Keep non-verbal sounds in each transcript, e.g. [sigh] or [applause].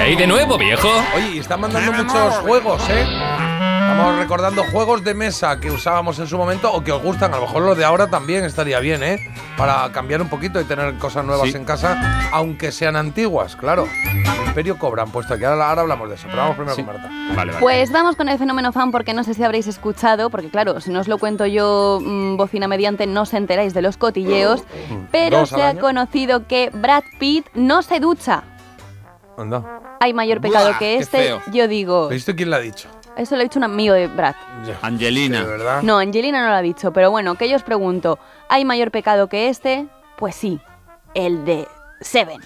ahí de nuevo, viejo. Oye, y están mandando muchos juegos, ¿eh? Estamos recordando juegos de mesa que usábamos en su momento o que os gustan. A lo mejor los de ahora también estaría bien, ¿eh? Para cambiar un poquito y tener cosas nuevas Sí. en casa, aunque sean antiguas, claro. El Imperio Cobran, puesto que ahora, ahora hablamos de eso, pero vamos primero Sí. con Marta. Vale, vale. Pues vamos con el fenómeno fan porque no sé si habréis escuchado, porque claro, si no os lo cuento yo mm, bocina mediante no os enteráis de los cotilleos, pero Mm. Dos al se ha año. conocido que Brad Pitt no se ducha. Anda. Hay mayor pecado que qué este, feo. yo digo. ¿Viste quién la ha dicho? Eso lo ha dicho un amigo de Brad. De Angelina. verdad. No, Angelina no lo ha dicho, pero bueno, que yo os pregunto, ¿hay mayor pecado que este? Pues sí, el de Seven.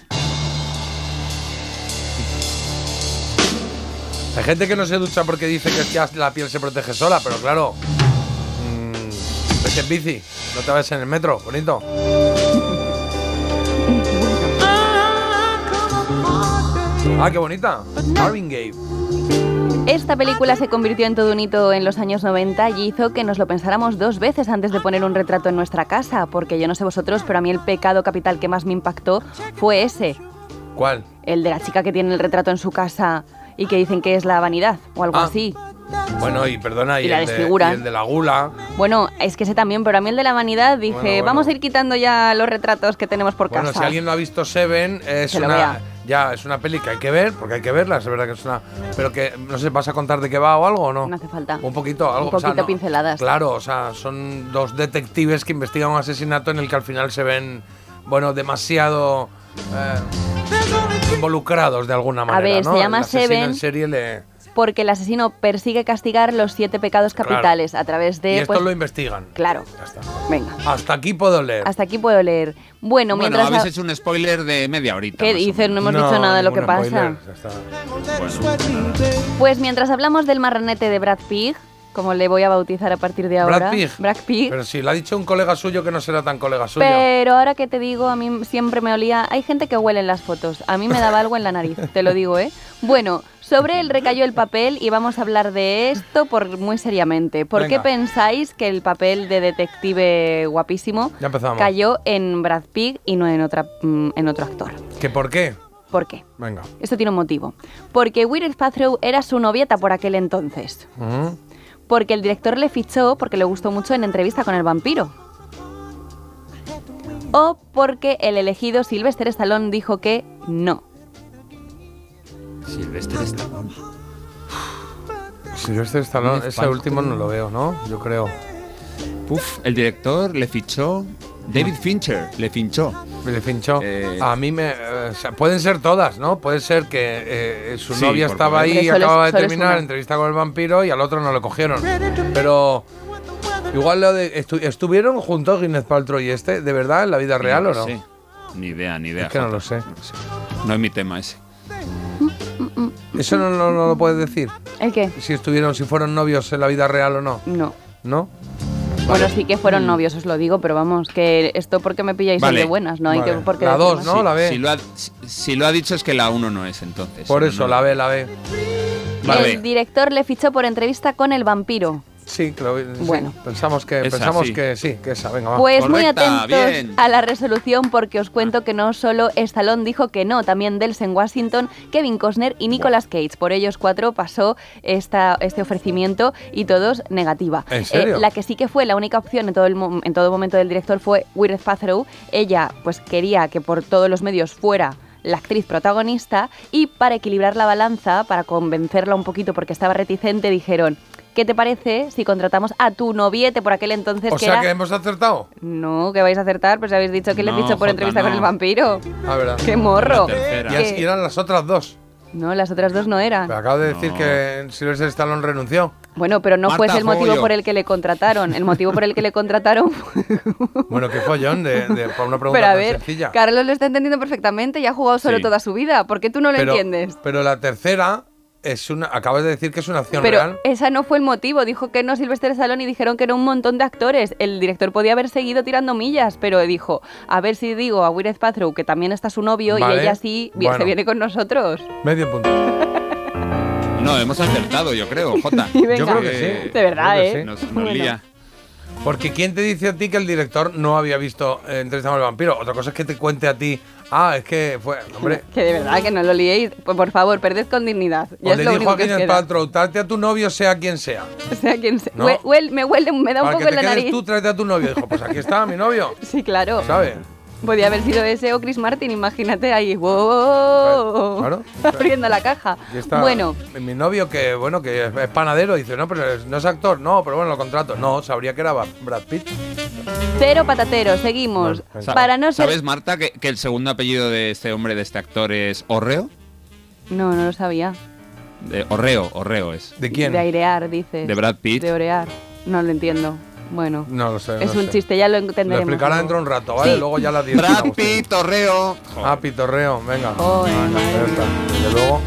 Hay gente que no se ducha porque dice que ya la piel se protege sola, pero claro. mm, vete en bici, no te vayas en el metro, bonito. Ah, qué bonita. Pues Marvin Gaye. Esta película se convirtió en todo un hito en los años 90 y hizo que nos lo pensáramos dos veces antes de poner un retrato en nuestra casa, porque yo no sé vosotros, pero a mí el pecado capital que más me impactó fue ese, ¿Cuál? el de la chica que tiene el retrato en su casa y que dicen que es la vanidad o algo Ah. así. Bueno, y perdona, y, Y la el de, desfigura. y el de la gula. Bueno, es que ese también, pero a mí el de la vanidad dije, Bueno, bueno. vamos a ir quitando ya los retratos que tenemos por Bueno, casa. si alguien no ha visto Seven, es Que lo una. vea. Ya, es una peli que hay que ver, porque hay que verla, es verdad que es una. Pero que, no sé, ¿vas a contar de qué va o algo o no? No hace falta. Un poquito, algo. Un poquito no- pinceladas. Claro, o sea, son dos detectives que investigan un asesinato en el que al final se ven, bueno, demasiado. eh, involucrados de alguna manera. ver, se ¿no? llama El asesino Seven. En serie le- Porque el asesino persigue castigar los siete pecados Claro. capitales a través y de... esto pues, lo investigan. Claro, Ya está. venga. Hasta aquí puedo leer. Hasta aquí puedo leer. Bueno, Bueno, mientras... habéis hecho un spoiler de media horita. ¿Qué más o dices? No menos. hemos dicho nada de lo que ningún pasa. spoiler, ya está. Pues mientras hablamos del marranete de Brad Pig, como le voy a bautizar a partir de ahora. Brad Pig. Brad Pig. Pero si lo ha dicho un colega suyo que no será tan colega suyo. Pero ahora que te digo, a mí siempre me olía. Hay gente que huele en las fotos. A mí me daba algo en la nariz, te lo digo, ¿eh? Bueno, sobre él recayó el papel y vamos a hablar de esto por muy seriamente. ¿Por Venga. qué pensáis que el papel de detective guapísimo Ya empezamos. cayó en Brad Pitt y no en otra mm, en otro actor? ¿Que por qué? ¿Por qué? Venga. Esto tiene un motivo. Porque Will Spathrow era su novieta por aquel entonces. Ujú. Porque el director le fichó porque le gustó mucho en entrevista con el vampiro. O porque el elegido Sylvester Stallone dijo que no. Silvestre Stallone. Sylvester Stallone, Gwyneth este ese Paltrow. último no lo veo, ¿no? Yo creo. Puf, el director le fichó. David Fincher le finchó. Me le pinchó. Eh, a mí me. eh, o sea, pueden ser todas, ¿no? Puede ser que eh, su Sí, novia por- estaba ahí Hombre, y solo es- acababa de solo es terminar una. entrevista con el vampiro y al otro no lo cogieron. Pero. Igual lo de. estu- ¿Estuvieron juntos Guinness Paltrow y este, de verdad, en la vida real o no? sé. Ni idea, ni idea. Es que no Jota. lo sé. No es mi tema ese. Eso no, no- no lo puedes decir. ¿El qué? Si estuvieron, si fueron novios en la vida real o no. No. ¿No? Bueno, sí que fueron novios, os lo digo, pero vamos, que esto porque me pilláis hoy Vale. de buenas, no hay Mm. Vale. que porque La dos, No, Sí, la B. Si lo, ha, si- si lo ha dicho es que la 1 no es entonces. Por No, eso, no. la ve, la ve. La El B. director le fichó por entrevista con el vampiro. Sí, que lo- sí, Bueno. pensamos que Esa, pensamos sí. que sí, que esa, venga, va. Pues muy Correcta, atentos bien. a la resolución porque os cuento que no solo Stallone dijo que no, también Delsen Washington, Kevin Costner y Nicolas Cage. Por ellos cuatro pasó esta, este ofrecimiento y todos negativa. Eh, ¿En serio? la que sí que fue la única opción en todo, el mo- en todo momento del director fue Gwyneth Paltrow. Ella pues quería que por todos los medios fuera la actriz protagonista y para equilibrar la balanza, para convencerla un poquito porque estaba reticente, dijeron, ¿qué te parece si contratamos a tu noviete por aquel entonces o que sea era que hemos acertado. no, que vais a acertar, pues habéis dicho que le he No, dicho por Jota, entrevista con no. el vampiro. La verdad. ¡Qué morro! La tercera. Y Que- as- y eran las otras dos. No, las otras dos no Me eran. acabo de decir No. que Sylvester Stallone renunció. Bueno, pero no Marta, fue ese el juego motivo yo. por el que le contrataron. El motivo por el que le contrataron fue... Bueno, qué follón de, de- por una pregunta Pero a tan ver, sencilla. Carlos lo está entendiendo perfectamente y ha jugado solo Sí. toda su vida. ¿Por qué tú no lo pero, entiendes? pero la tercera es una acabas de decir que es una acción Pero real. esa no fue el motivo. Dijo que no Sylvester Stallone y dijeron que no un montón de actores. El director podía haber seguido tirando millas, pero dijo, a ver si digo a Gwyneth Paltrow que también está su novio Vale. y ella sí vi- Bueno. se viene con nosotros. Medio punto. No, hemos acertado, yo creo, Jota. Y venga. [laughs] Yo creo que sí. De verdad, Yo creo que ¿eh? sí. Nos, nos Bueno. lía. Porque ¿quién te dice a ti que el director no había visto eh, Entrevista con el vampiro? Otra cosa es que te cuente a ti, ah, es que fue, hombre... [laughs] Que de verdad que no lo liéis. Pues, por favor, perded con dignidad. Ya O es le lo dijo único a que os Gwyneth queda. Paltrow, tráete a tu novio sea quien sea. [laughs] O sea, quien se- No. hue- huel- me huele, me da un Para que poco en te la quedes nariz. tú, tráete a tu novio. Dijo, pues aquí está mi novio, Sí, claro. ¿sabes? Podía haber sido ese o Chris Martin, imagínate ahí. Claro, ¡Wow! claro. [laughs] Abriendo la caja. Aquí está Bueno, Mi novio que, bueno, que es- es panadero, dice, no, pero es- no es actor, no, pero bueno, lo contrato. No, sabría que era Ba- Brad Pitt. cero patatero, seguimos. Vale, Sa- Para no ser. ¿Sabes, Marta, que, que el segundo apellido de este hombre, de este actor, es Orreo? No, no lo sabía. Eh, Orreo, Orreo es. ¿De quién? De airear, dices. De Brad Pitt. De orear. No lo entiendo. Bueno. No lo sé. es no un sé. chiste, ya lo Lo entenderemos. explicará dentro de un rato, ¿vale? Sí. Luego ya la diré. Brad Pitt, Orreo. Ah, pitorreo, venga. Joder, Ahí madre está. Desde luego.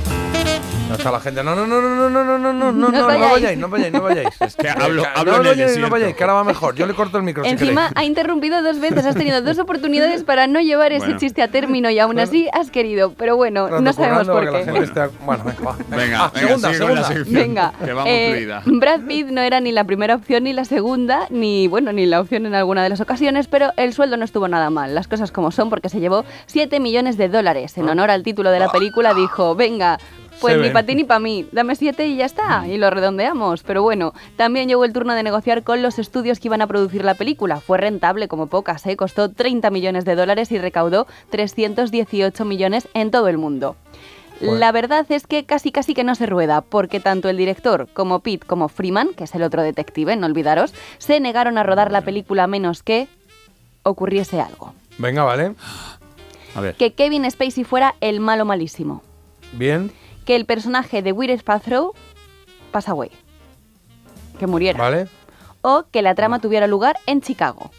O sea, la gente, no, no, no, no, no, no, no, no, no, no, no vayáis. vayáis, no vayáis, no vayáis. Es que hablo- hablo no en el vayáis, no desierto. vayáis, que ahora va mejor. Yo le corto el micro si Encima queréis. ha interrumpido dos veces, has tenido dos oportunidades para no llevar ese Bueno. chiste a término y aún así has querido, pero bueno, Rato no sabemos currando por para que la qué. gente esté- Bueno, venga, va. Venga, Ah, venga, segunda, sigue con la segunda. sección. Venga, Que vamos eh, fluida. Brad Pitt no era ni la primera opción ni la segunda, ni bueno, ni la opción en alguna de las ocasiones, pero el sueldo no estuvo nada mal, las cosas como son, porque se llevó 7 millones de dólares. Ah. En honor al título de la película dijo, venga, pues Se ni ve. para ti ni para mí, dame 7 y ya está, y lo redondeamos. Pero bueno, también llegó el turno de negociar con los estudios que iban a producir la película. Fue rentable como pocas, ¿eh? costó 30 millones de dólares y recaudó 318 millones en todo el mundo. Joder. La verdad es que casi casi que no se rueda, porque tanto el director como Pete como Freeman, que es el otro detective, no olvidaros, se negaron a rodar la película a menos que ocurriese algo. Venga, vale. A ver. Que Kevin Spacey fuera el malo malísimo. Bien, Que el personaje de Will Spathrow pasa away. Que muriera. vale. O que la trama tuviera lugar en Chicago.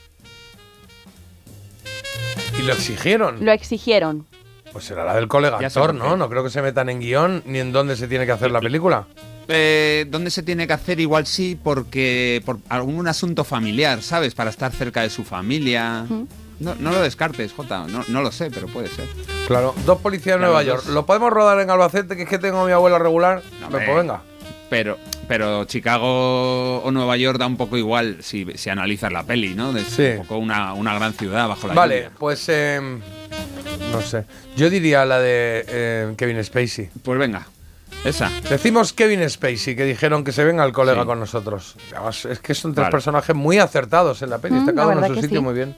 Y lo Mm. exigieron. Lo exigieron. Pues será la del colega Ya actor, sé por ¿no? qué. No creo que se metan en guión ni en dónde se tiene que hacer la película. Eh, ¿Dónde se tiene que hacer? Igual sí, porque por algún asunto familiar, ¿sabes? Para estar cerca de su familia. No, no lo descartes, Jota. No, no lo sé, pero puede ser. Claro, dos policías de Claro, Nueva York. dos. ¿Lo podemos rodar en Albacete? Que es que tengo a mi abuela regular. No, Pues hombre. venga. Pero, pero Chicago o Nueva York da un poco igual si, si analizas la peli, ¿no? Es Sí. un poco una, una gran ciudad bajo la Vale, lluvia. pues em, no sé. Yo diría la de em, Kevin Spacey. Pues venga, esa. Decimos Kevin Spacey, que dijeron que se venga el colega Sí. con nosotros. Además, Es que son tres Vale. personajes muy acertados en la peli. Mm, Está la cada uno en verdad su que sitio sí. muy bien.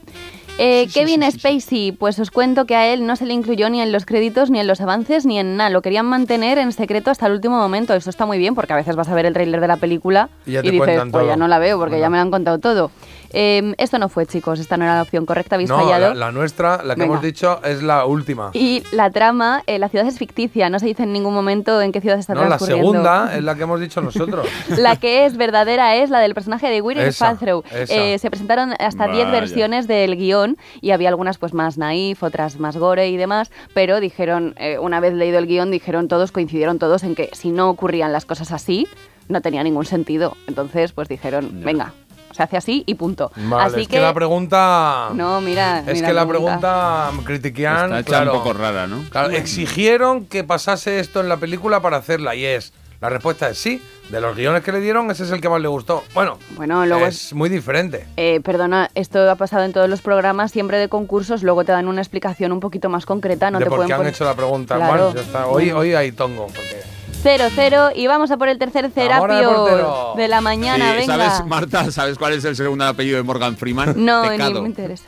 Eh, Kevin Spacey, pues os cuento que a él no se le incluyó ni en los créditos, ni en los avances, ni en nada. Lo querían mantener en secreto hasta el último momento. Eso está muy bien porque a veces vas a ver el tráiler de la película Y y, ya te dices, cuentan pues todo". ya no la veo porque Bueno. ya me lo han contado todo. Eh, esto no fue, chicos. Esta no era la opción correcta. Habéis No, fallado. la, la nuestra, la que Venga. hemos dicho, es la última. Y la trama, eh, la ciudad es ficticia. No se dice en ningún momento en qué ciudad está No, la transcurriendo. segunda es la que hemos dicho [laughs] nosotros. La que es verdadera es la del personaje de Will Esa, Spathrow. esa. Eh, se presentaron hasta 10 Vaya. versiones del guión y había algunas pues más naif, otras más gore y demás, pero dijeron, eh, una vez leído el guión, dijeron todos, coincidieron todos en que si no ocurrían las cosas así, no tenía ningún sentido. Entonces pues dijeron, venga, se hace así y punto. Vale, así es que, la pregunta. No, mira, es mira que la pregunta critiquean. Está hecha claro. un poco rara, ¿no? Claro, exigieron que pasase esto en la película para hacerla y es la respuesta es sí. De los guiones que le dieron, ese es el que más le gustó. Bueno, Bueno, luego es muy diferente. Eh, perdona, esto ha pasado en todos los programas, siempre de concursos, luego te dan una explicación un poquito más concreta, Ah, no de te por pueden qué han poner- hecho la pregunta. Claro. Bueno, ya está. Hoy, hoy hay tongo. porque- 0-0 y vamos a por el tercer Ahora de portero. terapio de la mañana, Sí, venga. ¿Sabes, Marta, sabes cuál es el segundo apellido de Morgan Freeman? No, ni Pecado. me interesa.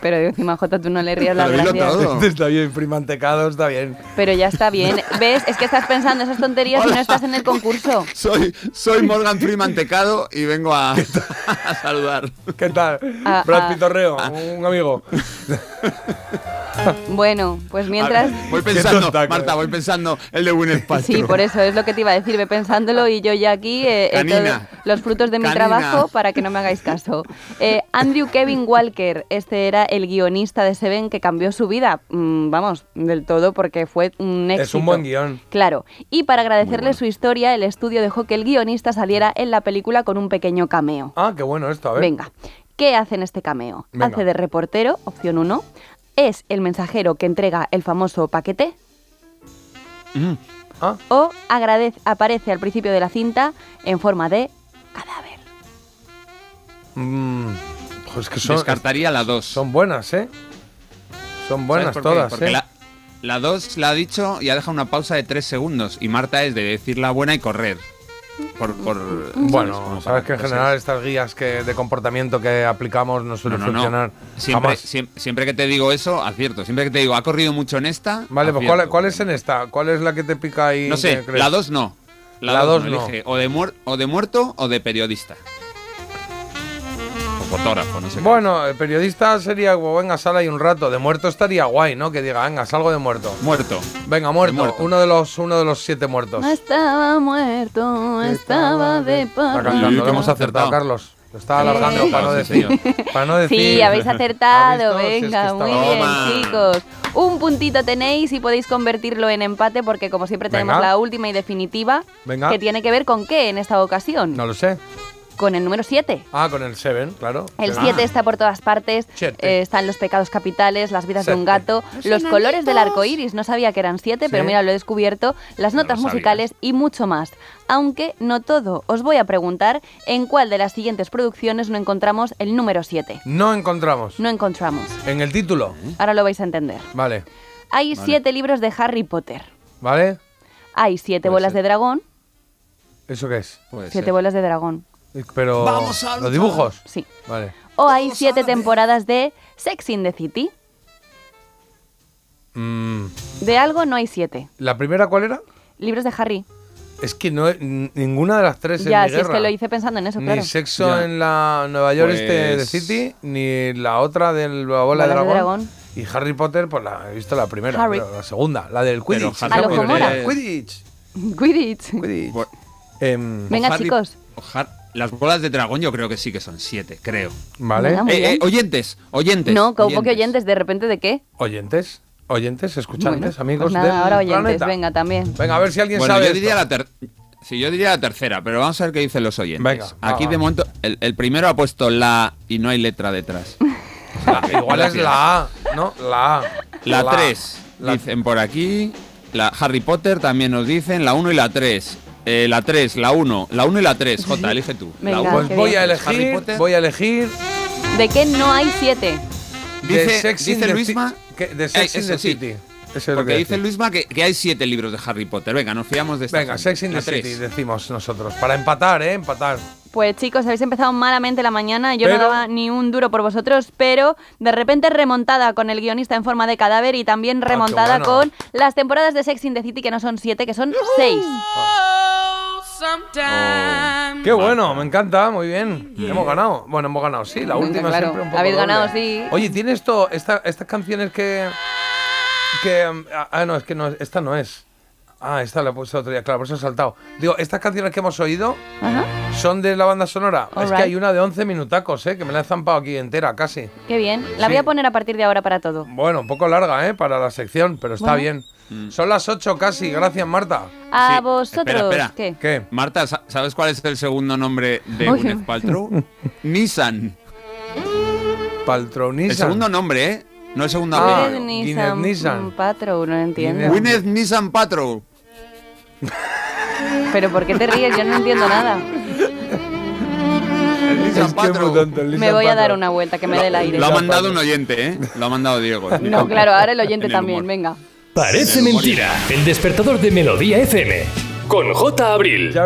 Pero encima, Jota, tú no le rías las Pero dilo gracias. [laughs] todo. está bien, primantecado, está bien. Pero ya está [laughs] bien. ¿Ves? Es que estás pensando esas tonterías y no estás en el concurso. Soy, soy Morgan Freeman Tecado y vengo a, [laughs] a saludar. ¿Qué tal? Ah, Brad ah. Pitorreo, un amigo. Bueno, pues mientras... Ah, Voy Qué pensando, tonta, Marta, voy pensando el de Gwyneth Paltrow. Sí, por eso es lo que te iba a decir, ve pensándolo y yo ya aquí eh, eh, Canina. todos los frutos de mi Canina. trabajo para que no me hagáis caso. Eh, Andrew Kevin Walker, este era el guionista de Seven que cambió su vida, mm, vamos, del todo porque fue un éxito. Es un buen guión. Claro, y para agradecerle su historia, el estudio dejó que el guionista saliera en la película con un pequeño cameo. Ah, qué bueno esto, a ver. Venga, ¿qué hace en este cameo? Venga. Hace de reportero, opción 1. Es el mensajero que entrega el famoso paquete, Mm. Ah, o agradez- aparece al principio de la cinta en forma de cadáver. Mm, jo, es que son, Descartaría la 2. son buenas, ¿eh? Son buenas ¿Sabes por qué? todas, Porque ¿eh? la- La 2 la ha dicho y ha dejado una pausa de 3 segundos. Y Marta es de decir la buena y correr. Por, por- Mm. ¿sabes? Bueno, Como sabes para- que en o sea, general estas guías que de comportamiento que aplicamos no No, suelen no, no. funcionar Siempre, jamás. siem- siempre que te digo eso, acierto. Siempre que te digo, ha corrido mucho en esta. Vale, pues acierto. ¿cuál, cuál es en esta? ¿Cuál es la que te pica ahí? No sé, que crees? la 2 no. La dos dos no. elige o, de muer- o de muerto o de periodista. O fotógrafo, no sé. qué. Bueno, el periodista sería, como, venga, sal ahí un rato. De muerto estaría guay, ¿no? Que diga, venga, salgo de muerto. Muerto. Venga, muerto. muerto. Uno, de los, uno de los siete muertos. No estaba muerto, estaba de Está parranda. cantando, Sí, lo hemos que hemos acertado, acertado. Carlos. Lo estaba alargando Sí. para, no Sí, decir, para no decir. Sí, habéis acertado, ¿Ha visto? Si es que venga, estaba- muy bien, Toma. chicos. Un puntito tenéis y podéis convertirlo en empate porque como siempre tenemos Venga. la última y definitiva Venga. que tiene que ver con qué en esta ocasión, No lo sé. con el número 7. Ah, con el Seven, claro. Ah. El Ah. Sí. 7 está por todas partes. Siete. eh, están los pecados capitales, las vidas de un Siete. gato, los colores del arco iris. No sabía que eran 7, Sí. pero mira, lo he descubierto. Las No lo notas sabías. musicales y mucho más. Aunque no todo. Os voy a preguntar en cuál de las siguientes producciones no encontramos el número 7. No encontramos. No encontramos. En el título. Ahora lo vais a entender. Vale. Hay siete libros de Harry Potter. ¿Vale? Hay siete Puede bolas ser. de dragón. ¿Eso qué es? Puede Siete ser. bolas de dragón. Eh, Pero. Vamos a ¿Los dibujos? Sí. Vale. O hay siete temporadas de Sex in the City. Mm, De algo no hay siete. ¿La primera cuál era? Libros de Harry. Es que no he- n- ninguna de las tres es ya, pues mi si es guerra. que lo hice pensando en eso, ni claro. sexo Ya. en la Nueva York este de Pues- City, ni la otra de la bola de Bola de dragón. dragón. Y Harry Potter, pues la he visto la primera, Harry. pero la segunda, la del Pero Quidditch. Harry A lo Potter Comora. Quidditch. Quidditch. [laughs] Quidditch. Quidditch. Por- Em, Venga, o Harry- chicos. o Har- Las bolas de dragón yo creo que sí que son siete, creo. vale. Venga, Ah, Muy Eh, eh, bien. oyentes, oyentes. No, como que oyentes, ¿de repente de qué? Oyentes, oyentes, escuchantes, Bueno, amigos pues nada, del ahora oyentes, planeta. venga, también. Venga, a ver si alguien Bueno, sabe. yo esto. diría la ter- sí, yo diría la tercera, pero vamos a ver qué dicen los oyentes. Venga, Aquí va, de va. momento el, el primero ha puesto la y no hay letra detrás. O sea, [laughs] que Igual es gracias. la A, ¿no? La A. La 3 La- dicen por aquí. La Harry Potter también nos dicen la 1 y la 3. la 3, la 1, la 1 y la 3. J, elige tú. Venga, la uno. qué Pues voy bien. a Harry elegir, Potter. voy a elegir ¿De qué no hay siete? de Dice- Sex in dice the Luisma- Ci- que- de Sex Eh, in the eso sí. City. Eso es lo que Porque dice decía. Luisma que, que hay 7 libros de Harry Potter. Venga, nos fiamos de esta. Venga, gente. Sex in La the City tres. decimos nosotros. Para empatar, ¿eh? Empatar. Pues chicos, habéis empezado malamente la mañana, yo no Pero- daba ni un duro por vosotros, pero de repente remontada con el guionista en forma de cadáver y también Ah, qué remontada bueno. con las temporadas de Sex in the City que no son siete, que son seis. Sometimes Qué bueno, me encanta, muy bien. Hemos ganado. Bueno, hemos ganado, sí. La Venga, última claro. siempre un poco Habéis doble. ganado, sí. Oye, ¿tiene esto, esta- estas canciones que. que. mm, Ah, no, es que no, es- esta no es. Ah, esta la puse otro día, claro, por eso he saltado. Digo, estas canciones que hemos oído Ajá, son de la banda sonora. Es Alright. que hay una de 11 minutacos, ¿eh? Que me la he zampado aquí entera, casi. qué bien. La Sí. voy a poner a partir de ahora para todo. Bueno, un poco larga, ¿eh? Para la sección, pero está Bueno. bien. Son las 8 casi, gracias, Marta. A Sí. vosotros, Espera, espera. ¿qué? ¿Qué? Marta, sa- ¿sabes cuál es el segundo nombre de Uy. Gwyneth [laughs] Paltrow? Nissan. Paltronisan. El segundo nombre, ¿eh? No el segundo Ah, Gwyneth apellido. Gwyneth Nissan, Nissan. mm, Paltrow, no entiendo. Gwyneth- Gwyneth Nissan Paltrow. Pero ¿por qué te ríes? Yo no entiendo nada. Nissan Es que es Paltrow. muy tonto, el Me Nissan voy a dar Paltrow. una vuelta, que me dé el aire. Lo ha Ya, mandado Pablo. un oyente, ¿eh? Lo ha mandado Diego. No, claro, ahora el oyente En también, humor. venga. Parece mentira. El despertador de Melodía FM. Con J. Abril.